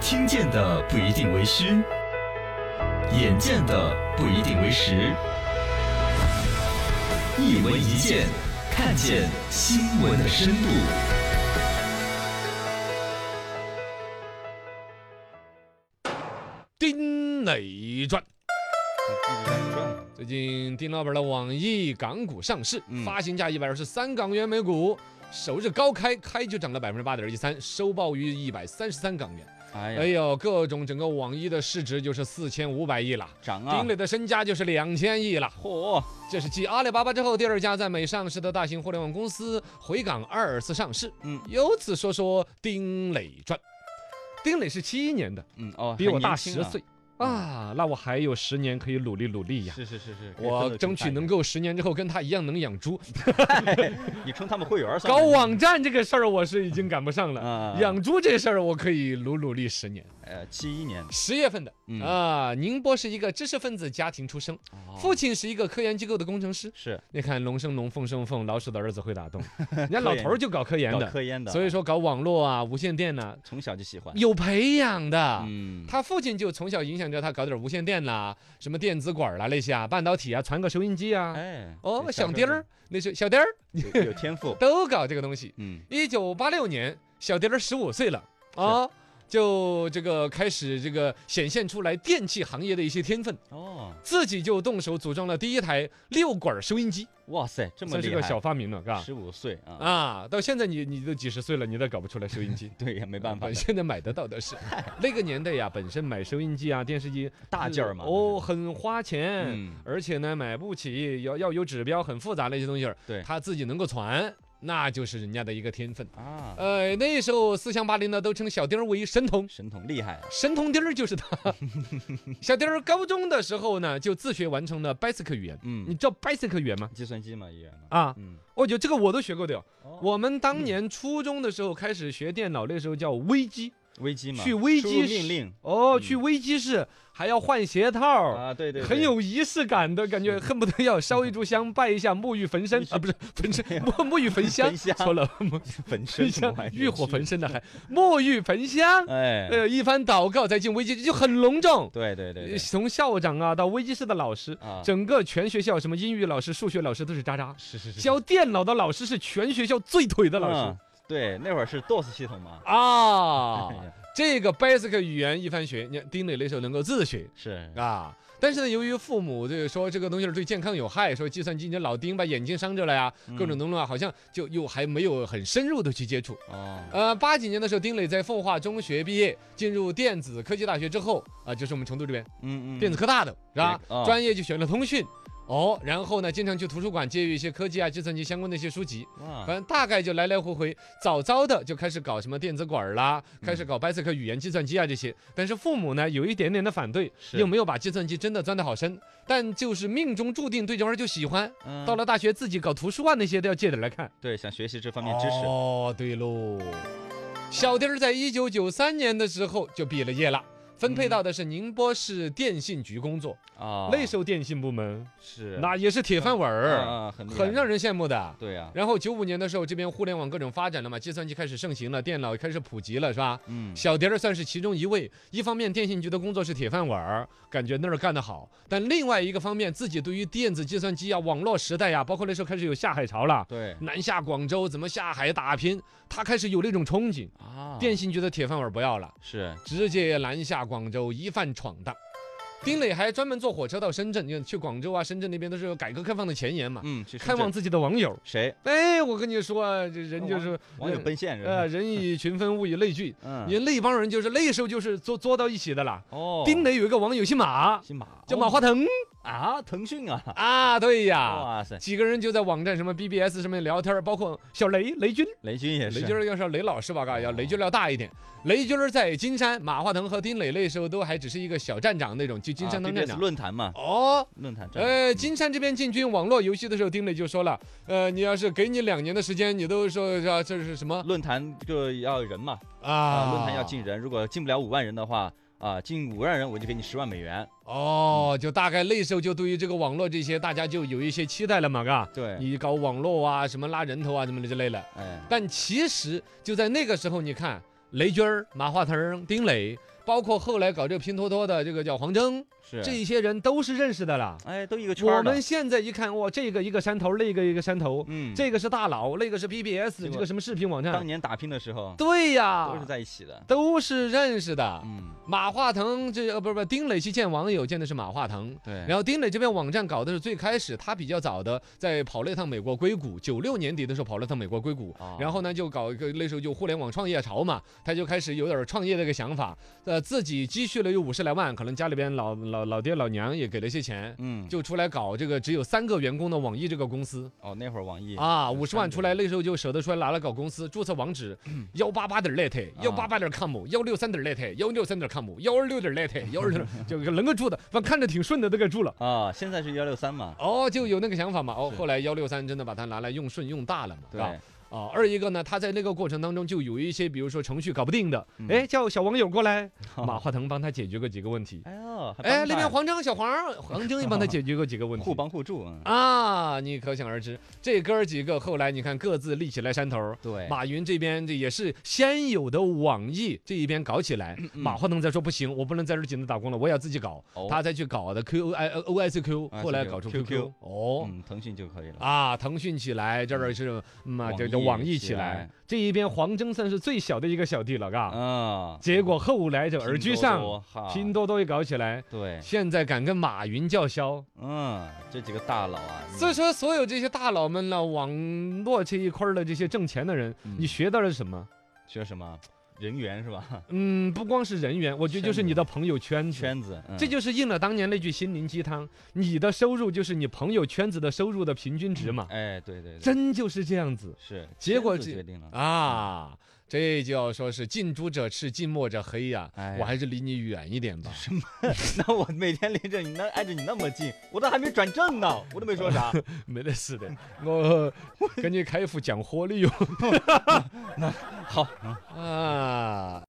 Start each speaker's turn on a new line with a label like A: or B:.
A: 听见的不一定为虚，眼见的不一定为实。一文一见，看见新闻的深度。
B: 丁磊传。最近丁老板的网易港股上市，
C: 嗯
B: 发行价一百二十三港元每股，首日高开，开就涨了百分之八点一三，收报于一百三十三港元。
C: 哎
B: 哎
C: 呀，
B: 呦，各种整个网易的市值就是四千五百亿了。
C: 涨啊
B: 丁！磊的身家就是两千亿了，
C: 嚯，
B: 这是继阿里巴巴之后第二家在美上市的大型互联网公司回港二次上市。
C: 嗯
B: 由此说说丁磊传。丁磊是七一年的，
C: 嗯哦，
B: 比
C: 很
B: 我大
C: 年轻
B: 十
C: 啊，
B: 岁啊，那我还有十年可以努力努力呀。
C: 是是是是，可以奋斗
B: 我
C: 这
B: 争
C: 么
B: 取
C: 大一
B: 能
C: 点，
B: 够十年之后跟他一样能养猪，
C: 你充他们会员儿算
B: 搞
C: 是
B: 网站这个事儿我是已经赶不上了，
C: 啊，
B: 养猪这事儿我可以努努力十年。
C: 呃七一年，
B: 十月份的
C: 嗯哦
B: 啊，宁波是一个知识分子家庭出生，父亲是一个科研机构的工程师。
C: 是
B: 你看龙生龙，凤生凤，老鼠的儿子会 打洞，人家老头儿就搞科研
C: 搞
B: 的，
C: 科研的，
B: 所以说搞网络啊、无线电呐，
C: 从小就喜欢。
B: 有培养的。
C: 嗯，
B: 他父亲就从小影响着他搞点无线电啦、什么电子管儿啦那些啊、半导体啊、传个收音机啊。
C: 哎，
B: 哦，
C: 这
B: 小
C: 时候
B: 丁儿那是小丁儿，
C: 就有有天赋
B: 都搞这个东西。
C: 嗯，
B: 一九八六年，小丁儿十五岁了啊，就这个开始这个显现出来电器行业的一些天分，
C: 哦，
B: 自己就动手组装了第一台六管收音机，
C: 哇塞，这么
B: 算是
C: 厉
B: 个
C: 害，
B: 小发明了，嘎。
C: 十五岁啊，，
B: 啊，到现在你你都几十岁了，你都搞不出来收音机
C: 对，也没办法
B: 本
C: 的，
B: 现在买得到的 是，那个年代呀，本身买收音机啊、电视机
C: 大件儿
B: 是
C: 嘛，
B: 哦，很花
C: 那
B: 钱。
C: 是，嗯，
B: 而且呢，买不起，要要有指标，很复杂那些东西儿。
C: 对
B: 他自己能够传，那就是人家的一个天分。
C: 啊，
B: 呃，那时候四乡八邻呢都称小丁儿为神童，
C: 神童厉害啊，
B: 神童丁儿就是 他。小丁儿高中的时候呢，就自学完成了 Basic 语言。你
C: 嗯，
B: 知道 Basic 语言吗？
C: 计算机嘛，依然嘛，
B: 啊，
C: 嗯，
B: 我觉得这个我都学过的哟。
C: 哦
B: 我们当年初中的时候开始学电脑，那时候叫微机。
C: 危机嘛，
B: 去危
C: 输入
B: 机
C: 命令
B: 哦，
C: 嗯
B: 去微机室还要换鞋套。
C: 啊，对对，
B: 很
C: 对嗯
B: 有仪式感的感觉，恨不得要烧一炷香，拜一下，沐浴焚身
C: 你是
B: 啊，不是焚身，沐沐浴焚香
C: 嗯焚，香
B: 错了，
C: 焚
B: 焚
C: 身什么
B: 香
C: 玩，意儿
B: 浴火焚，身的 还沐浴焚香，
C: 哎，
B: 呃，一番祷告再进危机，就很隆重。
C: 对对对
B: 呃
C: 对，
B: 从校长啊到危机室的老师，
C: 啊，
B: 整个全学校什么英语老师、数学老师都是渣渣，
C: 是是是
B: 教电脑的老师是全学校最腿的老师
C: 嗯。对，那会儿是 DOS 系统嘛，
B: 啊
C: 哎。 呀
B: 这个 Basic 语言一番学，你看丁磊那时候能够自学
C: 是
B: 啊。但是呢，由于父母这个说这个东西儿对健康有害，说计算机你老丁把眼睛伤着了呀，各种
C: 嗯
B: 东西啊，好像就又还没有很深入的去接触。
C: 哦，
B: 呃，八几年的时候，丁磊在奉化中学毕业，进入电子科技大学之后，啊、就是我们成都这边
C: 嗯嗯，
B: 电子科大的，是吧？
C: 对啊
B: 专业就选了通讯。哦，然后呢，经常去图书馆借阅一些科技啊、计算机相关的一些书籍，
C: 哇
B: 反，正大概就来来回回，早早的就开始搞什么电子管儿啦，
C: 嗯
B: 开始搞 Basic 语言计算机啊这些。但是父母呢，有一点点的反对，
C: 是
B: 又没有把计算机真的钻得好深，但就是命中注定对这玩意儿就喜欢。
C: 嗯
B: 到了大学，自己搞图书啊那些都要借着来看。
C: 对想学习这方面知识，
B: 哦，对喽，小丁儿在一九九三年的时候就毕了业了。分配到的是宁波市电信局工作，
C: 嗯啊，
B: 那时候电信部门
C: 是
B: 那也是铁饭碗儿，
C: 啊，很厉
B: 很
C: 害
B: 让人羡慕的。
C: 对呀，
B: 然后九五年的时候，这边互联网各种发展了嘛，计算机开始盛行了，电脑开始普及了，是吧？
C: 嗯，
B: 小蝶儿算是其中一位。一方面，电信局的工作是铁饭碗儿，感觉那儿干得好；但另外一个方面，自己对于电子计算机啊、网络时代啊，包括那时候开始有下海潮了，
C: 对
B: 南下广州怎么下海打拼，他开始有那种憧憬。
C: 啊，
B: 电信局的铁饭碗儿不要了，
C: 是
B: 直接南下广州一番闯荡。丁磊还专门坐火车到深圳，因为去广州啊、深圳那边都是改革开放的前沿嘛，
C: 嗯，去深
B: 开放
C: 圳
B: 自己的网友。
C: 谁
B: 哎，我跟你说啊，这人
C: 那
B: 就是
C: 网友
B: 人
C: 奔现
B: 呃，
C: 人，
B: 人以群分，物以类聚。
C: 嗯，
B: 你那帮人就是那时候就是作作到一起的啦。
C: 哦，
B: 丁磊有一个网友姓马，
C: 姓马
B: 叫
C: 哦
B: 马化腾
C: 啊，腾讯啊，
B: 啊，对呀，
C: 哇塞，
B: 几个人就在网站什么 BBS 上面聊天儿，包括小雷雷军，
C: 雷军哦也
B: 雷
C: 是，
B: 军儿要是雷老师吧，嘎要雷军儿要大一点。雷军儿在金山，马化腾和丁磊那时候都还只是一个小站长那种，去金山当站
C: BBS
B: 长。
C: 论坛嘛，
B: 哦，
C: 论坛站
B: 呃，
C: 嗯
B: 金山这边进军网络游戏的时候，丁磊就说了，呃，你要是给你两年的时间，你都说这这是什么
C: 嗯论坛就要人嘛，啊，
B: 啊？
C: 论坛要进人，如果进不了五万人的话，啊，进五万人我就给你十万美元，
B: 哦，就大概那时候就对于这个网络这些，大家就有一些期待了嘛，嘎。
C: 对，
B: 你搞网络啊，什么拉人头啊，什么的之类的。
C: 哎，
B: 但其实就在那个时候，你看雷军儿、马化腾、丁磊包括后来搞这个拼多多的这个叫黄峥，
C: 是
B: 这一些人都是认识的了。
C: 哎，都一个圈
B: 我
C: 儿的
B: 们现在一看，哇，这个一个山头，那个一个山头，
C: 嗯，
B: 这个是大佬，那个是 PBS，
C: 结果
B: 这个什么视频网
C: 当
B: 站，
C: 年打拼的时候
B: 对呀
C: 都，是在一起的，
B: 都是认识的。
C: 嗯，
B: 马化腾这呃不是不是丁磊去见网友见的是马化腾，
C: 对，
B: 然后丁磊这边网站搞的是最开始他比较早的，在跑了一趟美国硅谷，九六年底的时候跑了趟美国硅谷
C: 哦，
B: 然后呢就搞一个那时候就互联网创业潮嘛，他就开始有点创业的一个想法，呃自己积蓄了有五十来万，可能家里边老老老爹老娘也给了些钱。
C: 嗯，
B: 就出来搞这个只有三个员工的网易这个公司
C: 哦那会儿网易
B: 啊，五十万
C: 三个
B: 出来那时候就舍得出来拿来搞公司，注册网址幺八八点 net，幺
C: 啊
B: 八八点 com，幺六三点 net，幺六三点 com，幺二六点 net，幺二六 就能够住的，反正看着挺顺的都给住了。
C: 啊，现在是幺六三嘛，
B: 哦，就有那个想法嘛。哦，
C: 是
B: 后来幺六三真的把它拿来用顺用大了嘛，
C: 对
B: 吧？，啊，二一个呢，他在那个过程当中就有一些，比如说程序搞不定的，
C: 嗯
B: 哎，叫小网友过来，马化腾帮他解决过几个问题。
C: 哎呦，还
B: 哎，那
C: 帮派
B: 边黄章、小黄儿、黄峥也帮他解决过几个问题，
C: 互帮互助，嗯，
B: 啊，你可想而知，这哥儿几个后来你看各自立起来山头儿。
C: 对，
B: 马云这边这也是先有的网易这一边搞起来，马化腾再说不行，我不能在这儿紧着打工了，我也要自己搞，
C: 嗯哦
B: 他再去搞的 Q O I O I C Q，
C: 啊
B: 后来搞出
C: QQ
B: QQ 哦。
C: 嗯，腾讯就可以了，
B: 啊，腾讯起来，这儿是嗯啊，
C: 网
B: 这这
C: 易
B: 网易
C: 起
B: 起来
C: 来，
B: 这一边黄峥算是最小的一个小弟了，嘎。
C: 啊，
B: 结果后来这耳居上，拼
C: 拼多多
B: 多多
C: 哈啊
B: 也搞起来，
C: 对，
B: 现在敢跟马云叫嚣，
C: 嗯，这几个大佬啊，
B: 所以
C: 嗯
B: 说所有这些大佬们呢，网络这一块儿的这些挣钱的人，
C: 嗯
B: 你学到了什么？
C: 学什么人缘是吧？
B: 嗯，不光是人缘，我觉得就是你的朋友圈子。
C: 圈子，嗯
B: 这就是应了当年那句心灵鸡汤：你的收入就是你朋友圈子的收入的平均值嘛，
C: 哎，对对，对
B: 真就是这样子。
C: 是，
B: 结
C: 圈
B: 果
C: 子
B: 这
C: 决定了，
B: 啊，这就要说是近朱者赤，近墨者黑呀、
C: 哎
B: 我还是离你远一点吧。
C: 那我每天离着你那挨着你那么近，我都还没转正呢，我都没说啥。
B: 没得事 的，我 跟你开副讲火的哟。
C: 好，嗯
B: 啊。